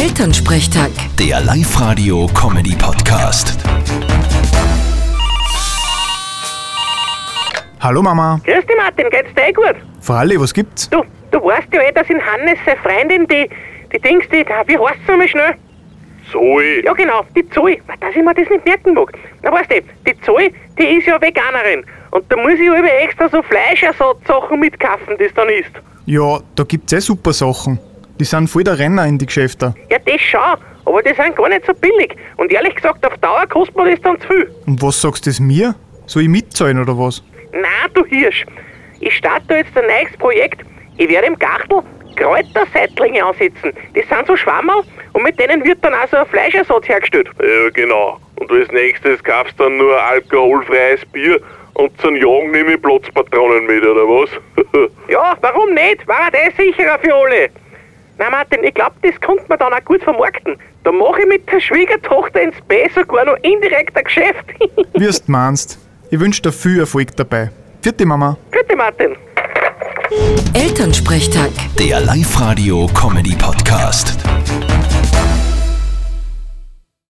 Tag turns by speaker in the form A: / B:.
A: Elternsprechtag.
B: Der Live-Radio-Comedy-Podcast.
C: Hallo Mama.
D: Grüß dich, Martin, geht's dir eh gut?
C: Fralli, was gibt's?
D: Du, du weißt ja eh, dass in Hannes seine Freundin, die, die Dings, die, da, wie heißt sie nochmal schnell?
E: Zoe,
D: Ja, genau, die Zoe, dass ich mir das nicht merken mag. Na, weißt du, die Zoe, die ist ja Veganerin. Und da muss ich über extra so Fleischersatzsachen mitkaufen, das dann ist.
C: Ja, da gibt's eh super Sachen. Die sind voll der Renner in die Geschäfte.
D: Ja, das schon, aber die sind gar nicht so billig. Und ehrlich gesagt, auf Dauer kostet mir das dann zu viel.
C: Und was sagst du das mir? Soll ich mitzahlen oder was?
D: Na, du Hirsch, ich starte da jetzt ein neues Projekt. Ich werde im Gartel Kräuterseitlinge ansetzen. Das sind so Schwammerl und mit denen wird dann auch so ein Fleischersatz hergestellt.
E: ja genau. Und als nächstes kaufst du dann nur alkoholfreies Bier und zum Jagen nehme ich Platzpatronen mit, oder was?
D: Ja, warum nicht? War das sicherer für alle? Na Martin, ich glaube, das konnte man dann auch gut vermarkten. Da mache ich mit der Schwiegertochter ins B sogar noch indirekt ein Geschäft.
C: Wir's meinst. Ich wünsch dir viel Erfolg dabei. Vierte Mama.
D: Bitte Martin.
A: Elternsprechtag.
B: Der Live-Radio-Comedy-Podcast.